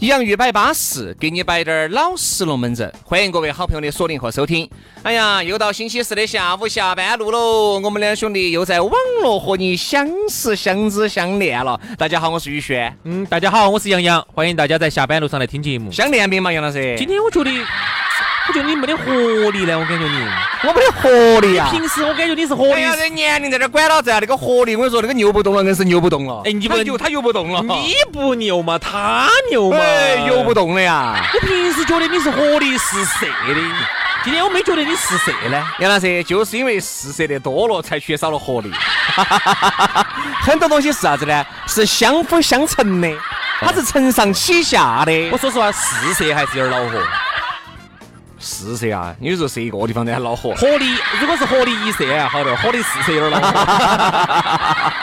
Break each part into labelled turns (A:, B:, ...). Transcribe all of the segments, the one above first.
A: 洋芋摆巴适，给你摆点儿老实龙门阵。欢迎各位好朋友的锁定和收听。哎呀，又到星期四的下午下班路喽，我们两兄弟又在网络和你相识、相知、相恋了。大家好，我是宇轩，
B: 嗯，大家好，我是杨洋，欢迎大家在下班路上来听节目。
A: 相恋没嘛，杨老师？
B: 今天我觉得，我觉得你没得活力呢，我感觉你。
A: 我没得活力啊！
B: 平时我感觉你是活
A: 哎
B: 力，
A: 呀，这年龄在这儿管老子啊，那个活力，我跟你说，那个扭不动了，硬是扭不动了。
B: 哎你不
A: 他游他游不动了，
B: 你不牛嘛，他牛嘛，
A: 哎，游不。动了呀。
B: 我平时觉得你是活力四射的，今天我没觉得你四射呢。
A: 杨老师就是因为试射的多了，才缺少了活力。 很多东西是啥子呢？是相辅相成的，它是承上启下的。
B: 我说实话，四射还是有点恼火。
A: 试射啊，有时候射一个地方呢，恼火。
B: 活力，如果是活力一射还好点儿，活力四射有点恼火。哎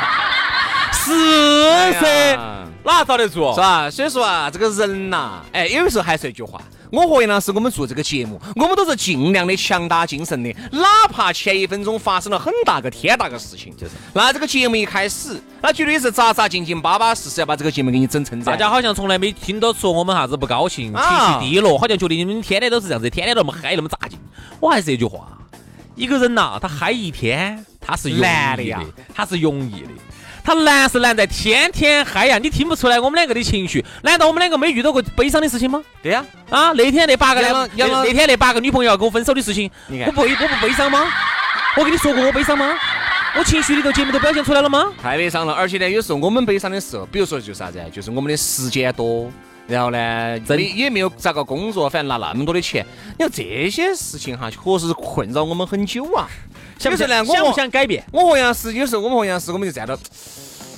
B: 四
A: 哎
B: 射
A: 呀
B: 哪遭得住
A: 是？吧？所以说啊，这个人呐、哎，有时候还是一句话，我和杨老师我们做这个节目，我们都是尽量的强打精神的，哪怕前一分钟发生了很大个天大个事情，就是那这个节目一开始，那绝对是扎扎静静、巴巴适适要把这个节目给你整成这
B: 大
A: 样。
B: 家好像从来没听到说我们啥子不高兴、情
A: 啊
B: 绪低落，好像觉得你们天天都是这样子，天天那么嗨，那么扎劲。我还是那句话，一个人呐、他嗨一天，他是容
A: 难的
B: 易
A: 呀
B: 的，他是容易的。他难是难在天天嗨呀，你听不出来我们两个的情绪？难道我们两个没遇到过悲伤的事情吗？
A: 对呀、
B: 啊，那天那八个
A: 杨
B: 那
A: 老杨老
B: 那天那八个女朋友要跟我分手的事情，
A: 你看
B: 我不我不悲 伤吗？我跟你说过我悲伤吗？我情绪里头节目都表现出来了吗？
A: 太悲伤了，而且呢，有时候我们悲伤的时候，比如说就是啥子啊，就是我们的时间多，然后呢，这里也没有咋个工作，反正拿那么多的钱，你看这些事情哈，确实是困扰我们很久啊。
B: 想不
A: 有时候
B: 想
A: 呢，我
B: 想
A: 和
B: 不想改变？
A: 我和杨师，有时候我们和杨师，我们就站到，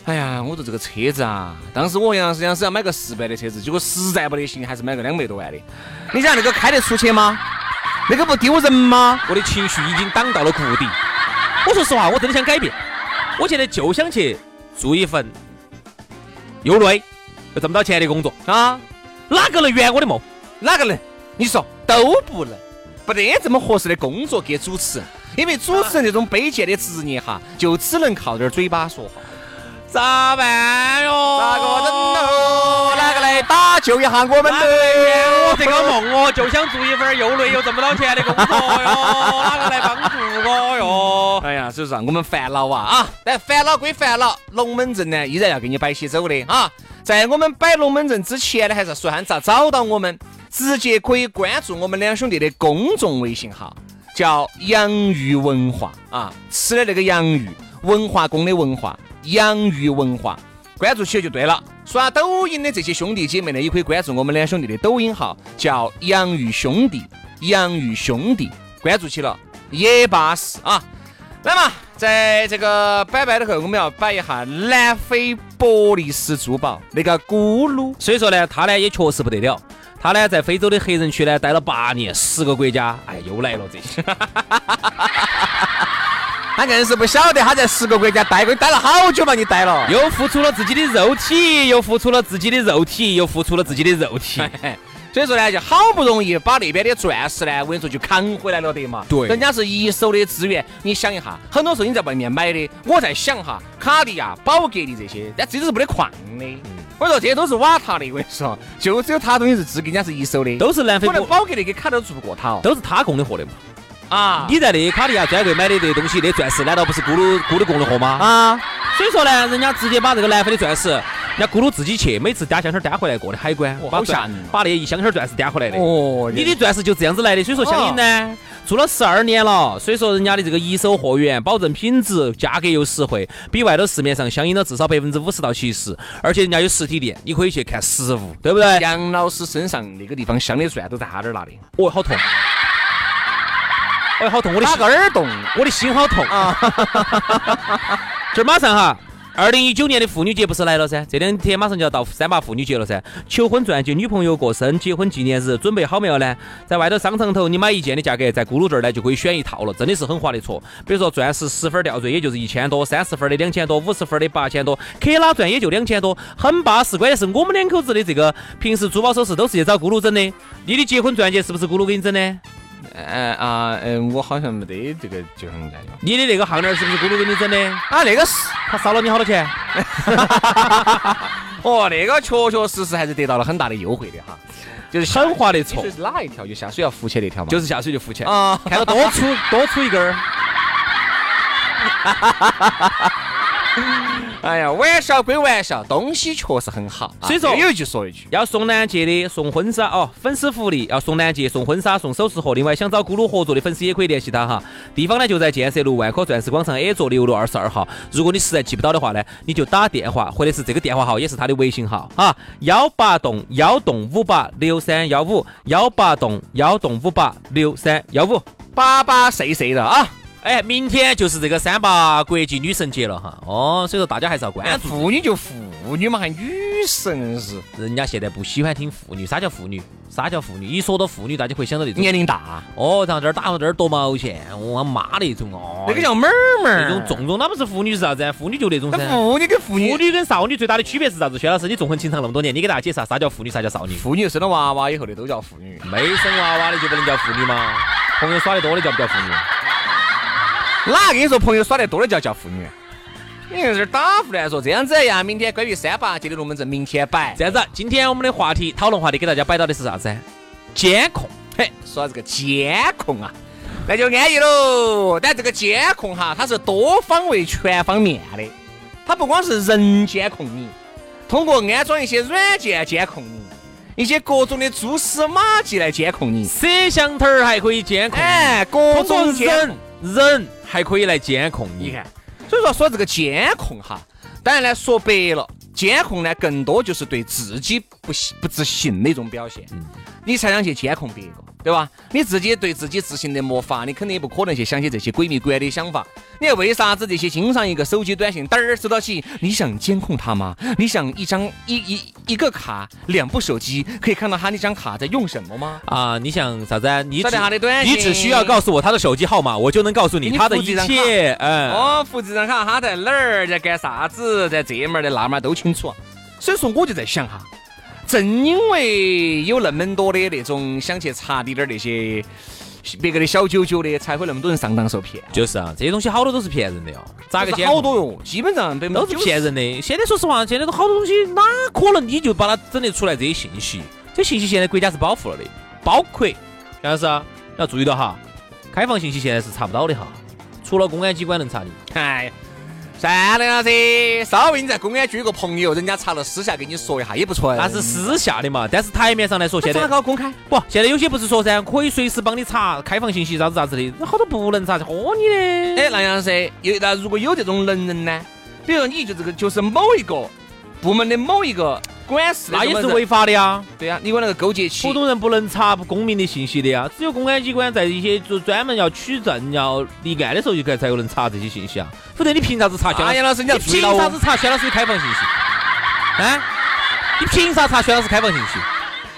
A: 哎呀，我说这个车子啊，当时我和杨师，杨师要买个四百的车子，结果实在不得行，还是买个两百多万的。你想那个开得出去吗？那个不丢人吗？
B: 我的情绪已经挡到了谷底。我说实话，我真的想改变，我现在就想去做一份又累又挣不到钱的工作，
A: 啊，
B: 哪个能圆我的梦？
A: 哪个能？你说都不能，不得这么合适的工作给主持人，因为主持人这种卑贱的职业哈，就只能靠点儿嘴巴说话。
B: 咋办哟？
A: 哪个人哦？哪个来打救一下我们
B: 哪个能圆我
A: 哦？
B: 这 个梦哦？就想做一份又累又挣不到钱的工作哟，哪个来帮助我哟？
A: 哎呀，所以说啊我们烦恼啊啊，但烦恼归烦恼，龙门阵呢依然要给你摆起走的啊。在我们摆龙门阵之前呢，还是要说下咋找到我们，直接可以关注我们两兄弟的公众微信号，叫“洋芋文化”啊，吃的那个洋芋，文化宫的文化，洋芋文化。关注起就对了。刷抖音的这些兄弟姐妹呢，也可以关注我们两兄弟的抖音号，叫“洋芋兄弟”，洋芋兄弟，关注起了也巴适啊。来嘛，在这个摆摆的后，我们要摆一下南非伯利斯珠宝那个咕噜。
B: 所以说呢，他呢也确实不得了。他呢，在非洲的黑人区呢待了八年，十个国家，哎，又来了这些。
A: 他硬是不晓得他在十个国家待过，待了好久嘛，你待了。
B: 又付出了自己的肉体，又付出了自己的肉体，又付出了自己的肉体。
A: 所以说呢，就好不容易把那边的钻石呢，我跟你说就扛回来了的嘛。
B: 对
A: 人家是一手的资源，你想一下，很多时候你在外面买的，我在想哈，卡地亚、宝格丽这些，但这都是没得矿的。
B: 嗯
A: 我说这些都是瓦塔的，我跟你说，就只有它东西是资给人家是一手的，
B: 都是南非
A: 可能
B: 国，
A: 宝格丽跟卡都做不过它哦。
B: 都是他供的货的嘛。
A: 啊
B: 你在那卡地亚专柜买的这东西，那钻石难道不是咕噜咕噜供的货吗？
A: 啊，
B: 所以说呢，人家直接把这个南非的钻石人家咕噜自己去，每次掂香圈掂回来过的海关，
A: 哇
B: 把
A: 好吓
B: 钻
A: 人啊
B: 把那一箱箱钻石掂回来的。
A: 哦
B: 你的钻石就这样子来的，所以说相应呢，做了十二年了，所以说人家的这个一手货源，保证品质，价格又实惠，比外头市面上相应了至少百分之五十到七十，而且人家有实体店，你可以去看实物，对不对？
A: 杨老师身上那个地方镶的啊钻都在他那儿拿的，
B: 哦，好痛！哎，好痛！我的
A: 哪
B: 心
A: 个耳洞？
B: 我的心好痛啊！ 这儿马上哈，二零一九年的妇女节不是来了噻？这两天马上就要到三八妇女节了噻。求婚钻戒、女朋友过生、结婚纪念日，准备好没有呢？在外头商场头，你买一件的价格，在咕噜这儿呢就可以选一套了，真的是很划得着。比如说钻石十分吊坠，也就是一千多；三十分的两千多；五十分的八千多；克拉钻也就两千多，很巴适。关键是我们两口子的这个平时珠宝首饰都是去找咕噜整的，你的结婚钻戒是不是咕噜给你整的？
A: 嗯啊嗯，我好像没得这个结婚钻戒。
B: 你的那个项链是不是咕噜给你整的？
A: 啊，那个是，
B: 他烧了你好多钱？
A: 哦，那个确确实实还是得到了很大的优惠的哈，就是下
B: 很划得
A: 你
B: 着
A: 说，是哪一条？就下水要浮起那条嘛？
B: 就是下水就付钱，
A: 啊，
B: 看到多出多出一根儿，
A: 哎呀，玩笑归玩笑，东西确实很好。啊
B: 所以说
A: 这有一句说一句，
B: 要送南捷的送婚纱哦，粉丝福利要送南捷送婚纱送首饰盒，另外想找咕噜合作的粉丝也可以联系他哈，地方呢就在建设路万科钻石广场 A 座六楼二十二号，如果你实在记不到的话呢，你就打电话或者是这个电话号也是他的微信号啊，幺八栋幺栋五八六三幺五幺八栋幺栋五八六三幺五。
A: 巴巴碎碎的啊，
B: 哎，明天就是这个三八国际女神节了哈，哦，所以说大家还是要关注。
A: 妇哎女就妇女嘛，还女神是
B: 人家现在不喜欢听妇女，啥叫妇女？啥叫妇女？一说到妇女，大家会想到那种
A: 年龄大，
B: 哦，然后这儿打这儿夺毛线，我妈那种哦，
A: 那个叫妹儿妹儿，
B: 那种重重，那不是妇女是啥子啊？妇女就那种
A: 那
B: 噻。
A: 妇女跟妇
B: 妇
A: 女，
B: 女跟少女最大的区别是啥子？薛老师，你纵横情场那么多年，你给大家介绍啥叫妇女，啥叫少女？
A: 妇女生了娃娃以后的都叫妇女。
B: 没生娃娃的就不能叫妇女吗？朋友耍得多的叫不叫妇女？
A: 哪跟你说朋友耍得多的叫叫妇女？你在这儿打胡乱说，这样子呀，明天关于三八节的龙门阵，明天摆。
B: 这样子，今天我们的话题讨论话题给大家摆到的是啥子啊？监控。
A: 嘿，说到这个监控啊，那就安逸喽。但这个监控哈，它是多方位、全方面的，它不光是人监控你，通过安装一些软件监控你，一些各种的蛛丝马迹来监控你。
B: 摄像头儿还可以监控你，
A: 哎，各
B: 通过
A: 种监控
B: 人人还可以来监控
A: 你
B: 你。
A: 看，所以说说这个监控哈，当然呢，说白了，监控呢更多就是对自己不信不自信的一种表现，你才想去监控别个，对吧？你自己对自己自信的没法，你肯定也不可能去想起这些鬼迷鬼眼的想法。你看为啥子这些经常一个手机短信嘚儿收到起？你想监控他吗？你想一张一一一个卡，两部手机可以看到他那张卡在用什么吗？
B: 啊，你想啥子啊？你
A: 刷
B: 只
A: 点他的短信哎
B: 你只需要告诉我他的手机号码，我就能告诉你
A: 你
B: 他的
A: 复制
B: 一
A: 张卡
B: 切。嗯，
A: 哦，复制张卡他在哪儿，在干啥子，在这门儿在那门儿都清楚。啊所以说，我就在想哈，正因为有那么多的那种想去查滴点儿那些别个的小九九的，才会那么多人上当受骗。
B: 就是啊，这些东西好多都是骗人的哦。咋
A: 就
B: 个
A: 是
B: 监
A: 好
B: 控？
A: 多哟，基本上百分
B: 都
A: 之
B: 是
A: 九
B: 骗人的。现在说实话，现在都好多东西，哪可能你就把它整得出来这些信息？这信息现在国家是保护了的，包括杨老师啊要注意到哈，开放信息现在是查不到的哈，除了公安机关能查你。
A: 哎，算了呀噻，稍微你在公安局有个朋友，人家查了私下给你说一下也不错。
B: 那是私下的嘛，但是台面上来说，现
A: 哎那咋
B: 在
A: 搞公开？
B: 不，现在有些不是说噻，可以随时帮你查开放信息啥子啥子的，那好多不能查，豁你 的。
A: 哎，那样噻，有那如果有这种能人呢？比如说你就这个就是某一个部门的某一个管事的
B: 那
A: 这
B: 也
A: 么人，
B: 是违法的呀，
A: 对呀、你管那个勾结起
B: 普，通人不能查公民的信息的呀，只有公安机关在一些就专门要取证、要立案的时候，就该才有能查这些信息啊，否则你凭啥子查？薛
A: 哎呀老师你要注意
B: 凭
A: 到哦
B: 啥子查薛老师的开放信息？啊，你凭啥查薛老师开放信息？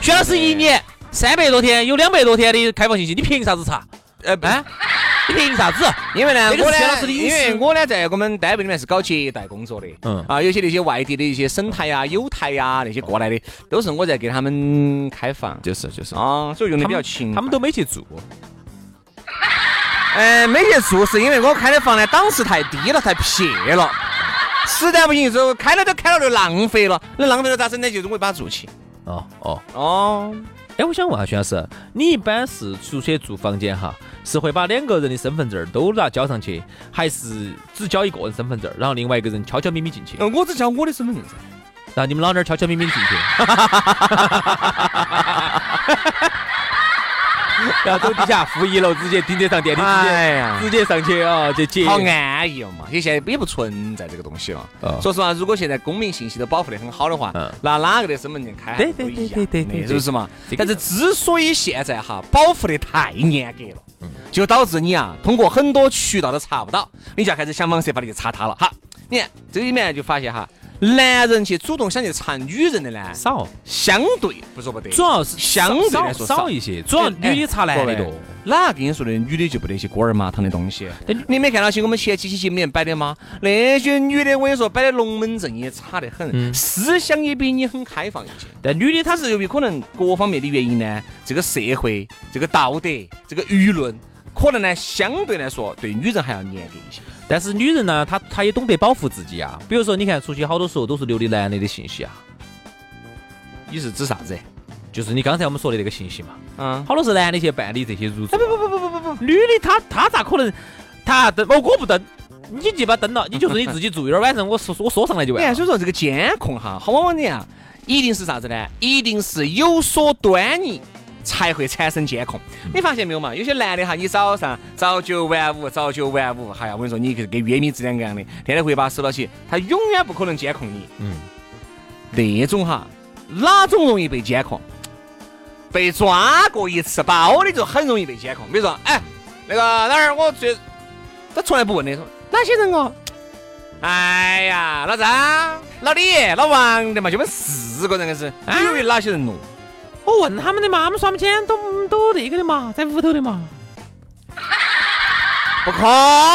B: 薛老师
A: 哎
B: 一年三百多天，有两百多天的开放信息，你凭啥子查？
A: 呃，不是
B: 啊，你凭啥子？
A: 因为呢，
B: 这个
A: 我
B: 是薛老师
A: 呢，
B: 的隐
A: 因为
B: 私
A: 我呢，在我们单位里面是搞接待工作的，
B: 嗯
A: 啊，有些那些外地的一些省台呀、友台呀那些过来的，都是我在给他们开放，
B: 就是就是
A: 啊，所以用的
B: 他
A: 比较
B: 们
A: 勤，
B: 他们都没去做。
A: 哎，没去做，是因为我开的房呢档次太低了，太撇了，实在不行就开了都开了就浪费了，那浪费了咋整呢？就是我会把它做起，
B: 哦哦，
A: 哦，
B: 哎，我想问下徐老师，你一般是出去住房间哈，是会把两个人的身份证儿都拿交上去，
A: 嗯
B: 哦还是只交一个人身份证儿，然后另外一个人悄悄咪咪进去？
A: 我只交我的身份证噻，
B: 让你们老娘儿悄悄咪咪 进去，然后走底下负一楼直接顶着上电梯，直接、
A: 哎呀
B: 直接上去啊，就接。
A: 好安逸哦嘛，也现在也不存在这个东西了。
B: 哦
A: 说实话，如果现在公民信息都保护得很好的话，
B: 嗯
A: 拿哪个的身份证开还
B: 对
A: 不
B: 对
A: 一样
B: 对对
A: 的
B: 对对
A: 是不是嘛？
B: 这个
A: 但是之所以现在哈保护得太严格
B: 嗯
A: 了，就导致你啊通过很多渠道都查不到，你就要开始想方设法的去查他了哈。你看这里面就发现哈，男人去主动想去查女人的呢，
B: 少，
A: 相对不说不得，
B: 主要是
A: 相对
B: 少
A: 来说
B: 少
A: 少
B: 一些，主要女的查
A: 哎
B: 男的多。
A: 哪跟你说的女的就不得些锅儿麻糖的东西
B: 对？
A: 你没看到起我们前几期节目里面摆的吗？那些女的，我跟你说，摆的龙门阵也差得很，思想也比你很开放一些。
B: 但女的她
A: 她是由于可能各方面的原因呢，这个社会、这个道德、这个舆论，可能呢相对来说对女人还要严格一些。
B: 但是女人呢，她她也懂得保护自己啊。比如说，你看出去好多时候都是留的男的的信息啊，
A: 你是指啥子？
B: 就是你刚才我们说的那个信息嘛，
A: 嗯，
B: 好多是男的去办理这些入住。不不不不不不不，哎女的她她咋可能？她登哦，我不登，你鸡巴登 了，你就是你自己住一会儿，晚上我说我说上来就
A: 你
B: 完
A: 看，
B: 了。
A: 哎所以说这个监控哈，好往往的啊，一定是啥子呢？一定是有所端倪。才会产生监控，
B: 嗯
A: 你发现没有嘛？有些男的哈，你早上早九晚五，早九晚五，哎呀，我跟你说，你跟跟约米子两个样的，天天回把手到起，他永远不可能监控你。
B: 嗯，
A: 那种哈，哪种容易被监控？被抓过一次包的就很容易被监控。比如说，哎，那个哪儿我最，他从来不问的，说哪些人哦？哎呀，老张、老李、老王的嘛，就我们四个人硬是，
B: 啊
A: 你以为哪些人哦？
B: 我问他们的嘛，我们说我们今天都都那个的嘛，在屋头的啊嘛。
A: 不可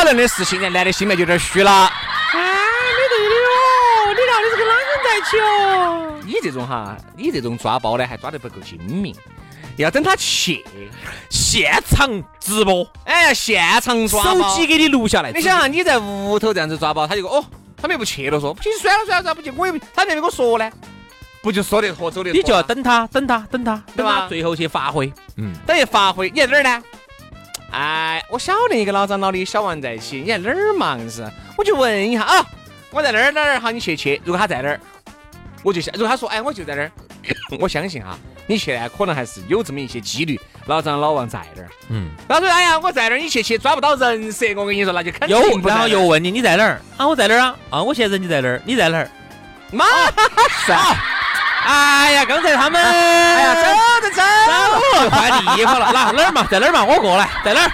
A: 能的事情，人家男的心里面就有点虚了。
B: 哎，没对的哟，你到底是跟哪个人在一起哦？
A: 你这种哈，你这种抓包呢，还抓得不够精明，要等他去，
B: 现场直播，
A: 哎，现场抓
B: 手
A: 包
B: 机给你录下来。
A: 你想啊，你在屋头这样子抓包，他就说哦，他们又不去了，说不去算了算了算了，不去，我也不，他没跟我说呢，不就说得啊脱走的，
B: 你就要，等他，等他，等他，
A: 对
B: 等
A: 吧
B: 他最后去发挥。嗯
A: 等于发挥，你在哪儿呢？哎，我晓得你跟老张、老李、小王在一起，你在哪儿嘛？硬是，我就问一下啊，我在哪儿哪儿哈，你去去。如果他在哪儿，我就想，如果他说哎，我就在哪儿， 我相信哈，你去呢，可能还是有这么一些几率，老张、老王在哪儿。
B: 嗯，
A: 他说哎呀，我在哪儿，你去去，抓不到人设，我跟你说，那就肯
B: 又
A: 定不在那
B: 然后
A: 儿
B: 又问你你在哪儿啊？我在哪儿啊？啊，我现在人就在哪儿？你在哪儿？
A: 妈啥？
B: 哎呀，刚才他们，
A: 哎
B: 哎
A: 呀，走走走。
B: 走，换地方了。哪哪儿嘛，在哪儿嘛，我过来，在哪儿？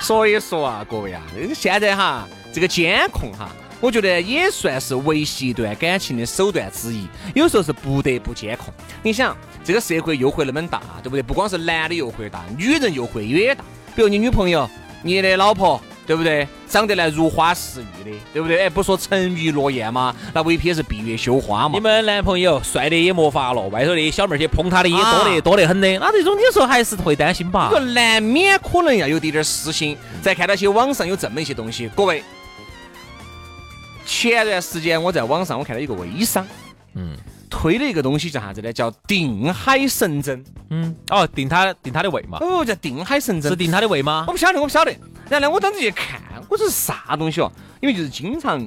A: 所以说啊，各位啊，现在哈这个监控哈，我觉得也算是维系一段感情的手段之一。有时候是不得不监控。你想，这个社会诱惑那么大，对不对？不光是男的诱惑大，女人诱惑也大。比如你女朋友、你的老婆，对不对？长得来如花似玉的，对不对？哎，不说沉鱼落雁嘛，那未必也是闭月羞花嘛
B: 你。们男朋友帅的也没法了，外头的小妹儿去碰他的也多
A: 啊
B: 得多得很的。那这种有时候还是会担心吧
A: 这。个难免可能要有滴点儿私心。
B: 嗯
A: 再看到些网上有这么一些东西，各位，前段时间我在网上我看到一个微商，
B: 嗯
A: 推了一个东西叫啥子呢？叫定海神针。
B: 嗯，哦，定他定他的位嘛，
A: 哦，叫定海神针
B: 啊是。定他的位吗
A: 我？不晓得，我不晓得。然后呢，我当时去看，我这是啥东西哦？因为就是经常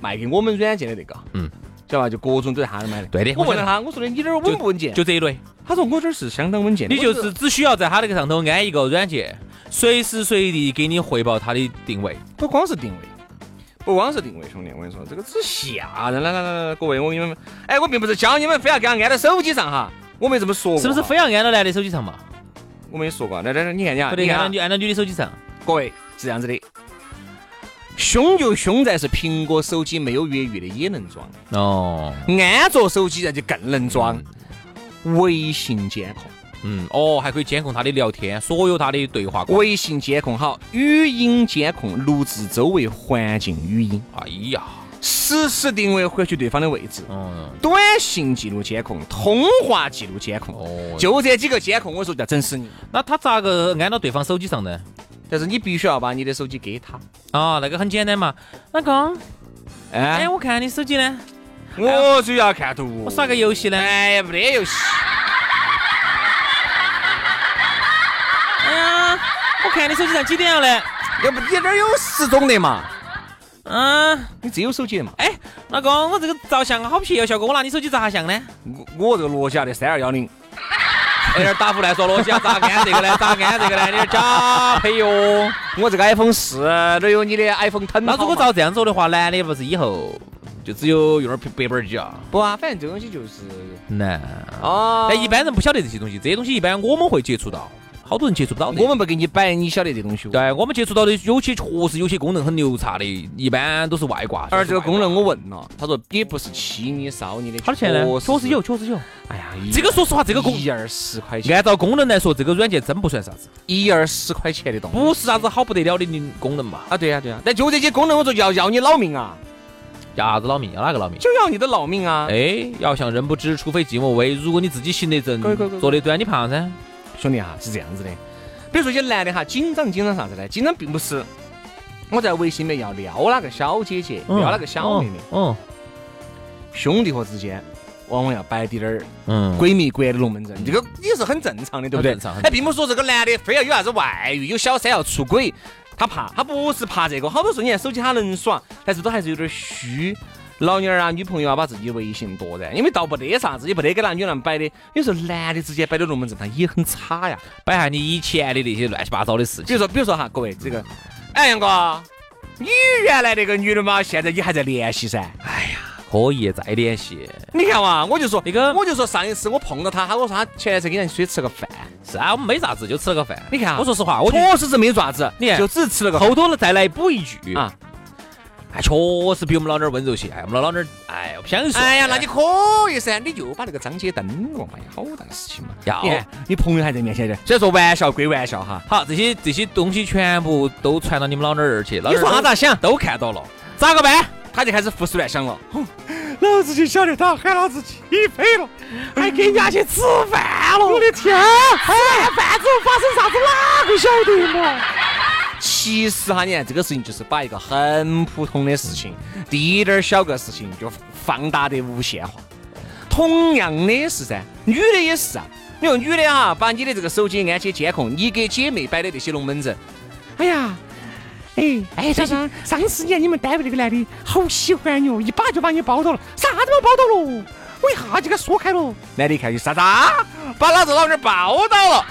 A: 卖给我们软件的那个，
B: 嗯，
A: 知道吧？就各种都在他那买的。
B: 对的
A: 我
B: 我
A: 问了
B: 晓得
A: 他，我说的你这儿稳不稳健？
B: 就这一类。
A: 他说我这儿是相当稳健的。
B: 你就
A: 我这
B: 是只需要在他那个上头安一个软件，随时随地给你汇报他的定位。
A: 不光是定位，不光是定位，兄弟，我跟你说，这个只吓人。来来来来，各位，我给你们，哎，我并不是教你们非要给它安到手机上哈，我没这么说过哈，啊
B: 是不是非要按到男的手机上嘛？
A: 我没说过啊。来来来，你看你看，
B: 不
A: 你
B: 得
A: 看
B: 按到
A: 啊
B: 女按到女的手机上。
A: 各位是这样子的，凶就凶在是苹果手机没有越狱的也能装，
B: 哦，
A: 安卓手机那就更能装，微信监控。
B: 嗯，哦，还可以监控他的聊天，所有他的对话。
A: 微信监控好，语音监控录制周围环境语音，
B: 哎呀，
A: 实时定位获取对方的位置，
B: 嗯，
A: 短信记录监控、通话记录监控，
B: 哦
A: 就这几个监控，我说要整死你。
B: 那他咋个按到对方手机上呢？
A: 但是你必须要把你的手机给他。
B: 啊，那个很简单嘛，老公，
A: 哎
B: 哎，我看你手机呢，
A: 我主要看图。
B: 我耍个游戏呢，
A: 哎呀，没得游戏。
B: 哎呀，我看你手机上几点了嘞？
A: 要不你哪儿有时钟的嘛？
B: 嗯，
A: 你只有手机的嘛？
B: 哎，老公，我这个照相好撇哦，小哥，我拿你手机照下相呢？
A: 我这个罗霞的三二幺零，
B: 有点打胡乱说了，我想咋安这个呢？咋安这个呢？你点假配哟。
A: 我这个 iPhone 四哪有你的 iPhone 10
B: 那如
A: 好
B: 果
A: 嘛
B: 照这样子的话，男的不是以后就只有用点白板儿机啊？
A: 不啊？反正这个东西就是
B: 难。
A: 啊，
B: 哎但一般人不晓得这些东西，这些东西一般我们会接触到，好多人接触不到的。
A: 我们不给你摆，你晓得这东西。哦
B: 对我们接触到的有些确实有些功能很牛叉的，一般都是外挂。
A: 而这个功能
B: 我
A: 我问了，他说也不是欺你烧你的，
B: 好多钱呢？
A: 确
B: 确
A: 实
B: 实有，确实有。
A: 哎呀，
B: 这个说实话，这个功
A: 一二十块钱，
B: 按照功能来说，这个软件真不算啥子，
A: 一二十块钱的东西
B: 不是啥子好不得了的你功能嘛。
A: 啊，对呀、对呀、但就这些功能，我说要要你老命啊，
B: 要啥子老命？要哪个老命？
A: 就要你的老命啊！
B: 哎，要想人不知，除非己莫为。如果你自己行得正
A: 可以可以可，以
B: 坐得端，你怕啥噻？
A: 兄弟哈、啊是这样子的，比如说一些男的哈，紧张紧张啥子呢？紧张并不是我在微信里面要撩哪个小姐姐，
B: 嗯
A: 撩哪个小妹妹，
B: 嗯
A: 兄弟伙之间往往要摆点点儿
B: 嗯，
A: 闺蜜关的龙门阵，这个也是很正常的，对不对
B: 很正常很？
A: 哎，并不是说这个男的非要有啥子外遇，有小三要出轨，他怕，他不是怕这个。好多时候你看手机他能耍，但是都还是有点虚。老娘儿啊，女朋友啊，把自己微信夺然，因为倒不得啥子，也不得给那女郎摆的。有时候男的之间摆的龙门阵，他也很差呀。
B: 摆下你以前的那些乱七八糟的事
A: 比如
B: 情。
A: 说，比如说哈，各位这个，哎，杨哥，你原来那个女的嘛，现在你还在联系噻？
B: 可以再联系。
A: 你看嘛，我就说
B: 那个
A: 我就说上一次我碰到她，她我说她前才跟人家出去吃个饭，
B: 是啊，我们没啥子，就吃了个饭。
A: 你看啊
B: 我说实话，我
A: 我
B: 就
A: 确实是没有爪子，
B: 你看
A: 就只是吃了个
B: 后头再来补一句
A: 啊。
B: 哎，确实比我们老娘儿温柔些。哎，我们老娘儿，哎，我不想说。
A: 哎呀，那你可以噻，你就把那个张杰登忘了，哎呀，好大个事情嘛。哦
B: 要
A: 你看你朋友还在面前的，虽然说玩笑归玩笑哈，
B: 好，这些这些东西全部都传到你们老娘儿那儿去。老
A: 你
B: 娘儿
A: 说他咋想，
B: 都看到了。
A: 咋个办？他就开始胡思乱想了。哼老子就晓得他喊老子起飞了，还哎跟人家去吃饭了。我的天！啊吃完饭之后发生啥子，哪个晓得嘛？其实哈，你看这个事情就是把一个很普通的事情，滴点儿小个事情就放大的无限化。同样的也是噻，女的也是啊。你说女的哈，把你的这个手机安起监控，你给姐妹摆的那些龙门阵，哎呀，哎哎，啥啥？上次你看你们单位那个男的好喜欢你哦，一把就把你包到了，啥子嘛包到了，我一下就给他说开了。男的一看就啥啥，把老子老娘抱到了。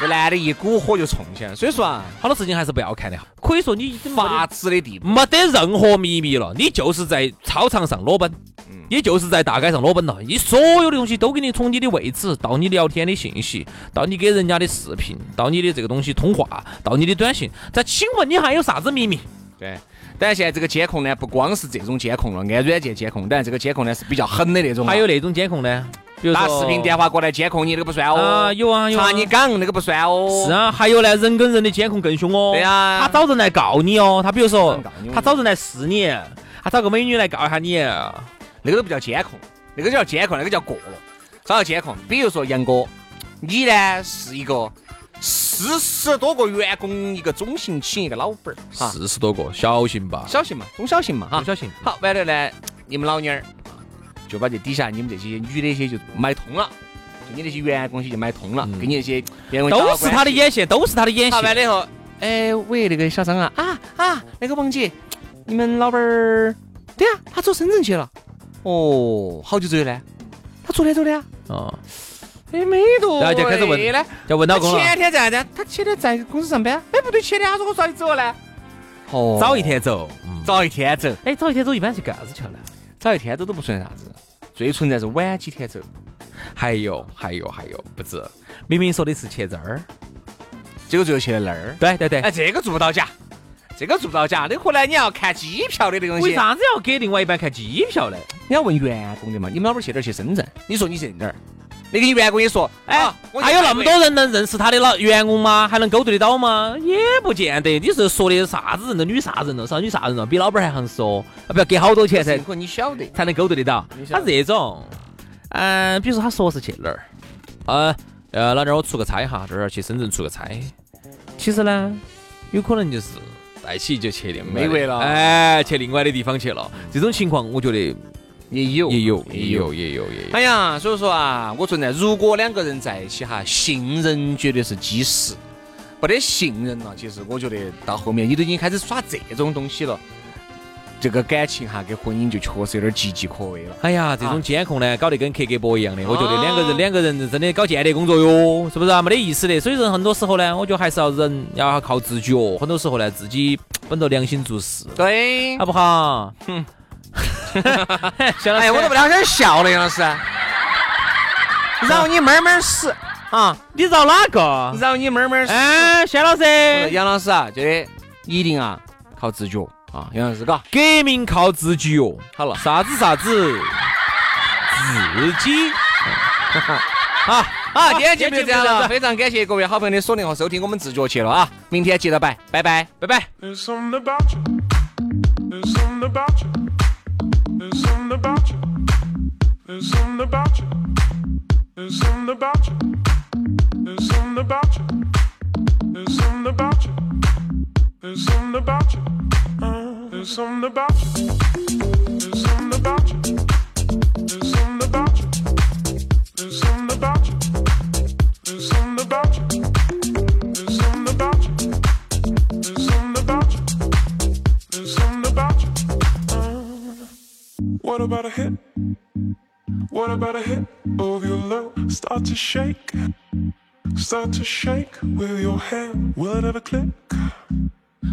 A: 这男的一股火就冲起来，所以说啊，
B: 好多事情还是不要看的好。可以说你已经没得
A: 法治的地步。
B: 没得任何秘密了，你就是在操场上裸奔，也就是在大街上裸奔了。你所有的东西都给你从你的位置到你聊天的信息，到你给人家的视频，到你的这个东西通话，到你的短信。再请问你还有啥子秘密？
A: 对，但现在这个监控呢，不光是这种监控了，按软件监控，但这个监控呢是比较狠的那种啊，
B: 还有那种监控呢？比如
A: 打
B: 说
A: 视频电话过来监控你，那个不算哦
B: 啊，。有啊有啊
A: 查。你岗那个不算哦。
B: 是啊，还有呢，人跟人的监控更凶哦。
A: 对呀
B: 他找人来告你哦。他比如说
A: 告你，
B: 他找人来试你，他找个美女来告一下你。
A: 那个都不叫监控，那个叫监控，那个叫过了。啥叫监控？比如说杨哥，你呢是一个四十多个员工一个中型企业一个老板儿，哈，
B: 四十多个，小心吧，
A: 小型嘛，中小型嘛，哈
B: 不。小心。
A: 好，完了呢，你们老娘儿就把这底下你们这些女的一些就买通了，就你那些员工些就买通了，
B: 嗯
A: 给你那些员工
B: 都是他的
A: 眼。
B: 眼线，都是他的眼
A: 好，完
B: 线。
A: 了以后，哎喂，那个小张啊啊啊，那个王姐，你们老板儿，对呀、他走深圳去了。哦，好久走的呢？他昨天走的啊。
B: 哦，
A: 哎，没多
B: 然后就开始问
A: 嘞，
B: 叫问
A: 他
B: 老公了，
A: 前天在的，他前天在公司上班。哎，不对，前天他说我早点走呢。哦
B: 早一，天走。嗯，
A: 早一天走，
B: 哎，早一天走一般去干啥子去了呢？
A: 早一天走都不算啥子，最存在是晚几天走。
B: 还有还有还有，不止，明明说的是去这儿，
A: 结果最后去了那儿。
B: 对对对
A: 哎，。这个做不到假，这个做不到假。你回来你要看机票的那东西，
B: 为啥子要给另外一半看机票呢？
A: 你要问员工的嘛。你们老板去哪儿？去深圳。你说你去哪儿？那个你员工也说，
B: 哎
A: 啊，我去
B: 还有
A: 开
B: 那么
A: 会
B: 多人能认识他的老员工吗？还能勾兑得到吗？也不见得。你是说的啥子人了？女啥人了？啥女啥人了？比老板还横说，啊，不要给好多钱才
A: 可能你晓得，
B: 才能勾兑得到
A: 你。晓
B: 他
A: 得
B: 这种，嗯、比如说他说是去哪儿，呃呃，老娘儿我出个差哈，这儿去深圳出个差。其实呢，有可能就是带起就去另外
A: 美
B: 的
A: 味了
B: 哎，去另外的地方去了。这种情况我觉得
A: 也有
B: 也有，也。有，也有，也有。
A: 哎呀，所以说啊，我存在，如果两个人在一起哈，信任绝对是基石，没得信任了，其实我觉得到后面你都已经开始耍这种东西了，这个感情哈跟婚姻就确实有点岌岌可危了。
B: 哎呀，这
A: 啊
B: 种监控呢，搞得跟克格勃一样的，我觉得
A: 啊
B: 两个人两个人真的搞间谍工作哟，是不是啊？没得意思的。所以说，很多时候呢，我觉得还是要人要靠自觉，很多时候呢，自己本着良心做事，
A: 嗯对
B: 好不好？嗯， 小老
A: 哎，
B: 师，
A: 我都不想想笑了，杨老师，饶你慢慢死啊，
B: 你绕哪个？
A: 饶你慢慢死。
B: 哎，薛老师，
A: 我说杨老师啊，觉得一定啊靠自觉啊，杨老师嘎。
B: 革命靠自觉。
A: 好了
B: 啥子 啥子，自己。啊，
A: 好，今天节目就
B: 今天
A: 这样
B: 就这样
A: 了，
B: 子
A: 非常感谢各位好朋友的锁定和收听，我们自觉去了啊，明天接着摆，拜拜。
B: 拜拜。
C: There's something about you. There's something about you. There's something about you. There's something about you. There's something about you. There's something about you. There's something about you. There's something about you. Uh, There's something about you. There's something about you. There's something about you. There's something about you. There's something about you. There's something about you. There's something about you. There's something about you. Uh, What about a hit? What about a hit of your love? Start to shake, start to shake with your hand. Will it ever click?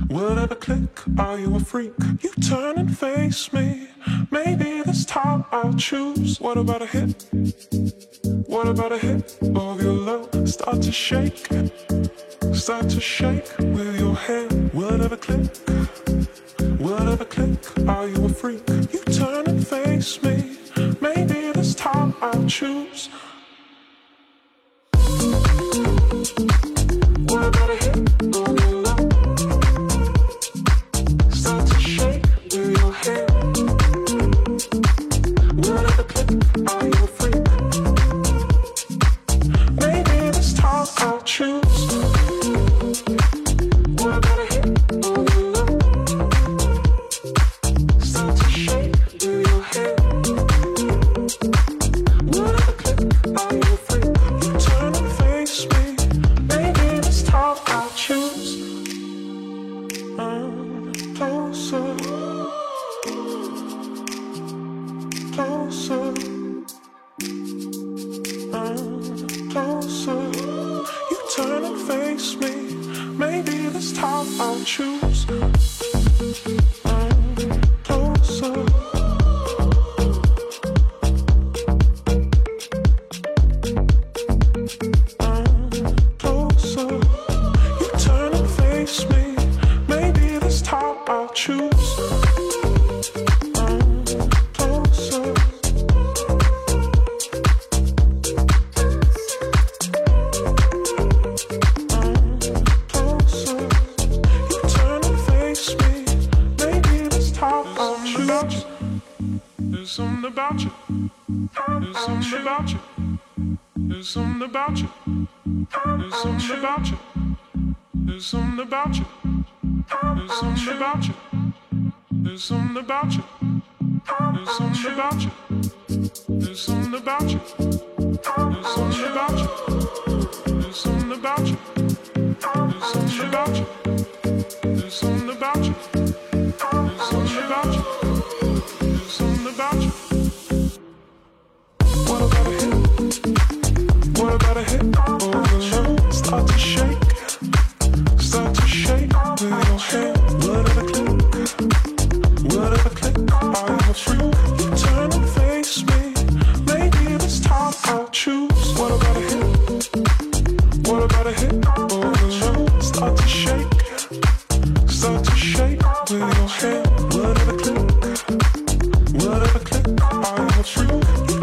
C: Will it ever click? Are you a freak? You turn and face me. Maybe this time I'll choose. What about a hit? What about a hit of your love? Start to shake start to shake with your hand. Will it ever click? Will it ever click? Are you a freak? You turn and face me. Maybe this time I'll choose. What about a hit on your love? Start to shake with your hand. Will it ever click? Are you a freak? Maybe this time I'll choose. What about a hit on your love? Start to shake through your head. Will it click? Are you afraid? You turn and face me. Maybe this time I'll choose. I'm closer. Closer. I'm closer. You turn and face me. Maybe this time I'll choose. I'm closer. I'm closer. You turn and face me. Maybe this time I'll choose. I'm closer. closer. You turn and face me. Maybe this time I'll choose. There's something about you. There's something about you. There's something about you. There's something about you. There's something about you. There's something about you. There's something about you. There's something about you. There's something about you. There's something about you. There's something about you. There's something about you. There's something about you. There's something about you. There's something about you. What about a hit? What about a hit? Overload. Start to shake. Start to shake with your hand. What of a click? What of a click? Are you a freak? You turn and face me. Maybe this time I'll choose. What about a hit? What about a hit overload? Start to shake, start to shake with your head. Whatever click, whatever click, I'm a freak. You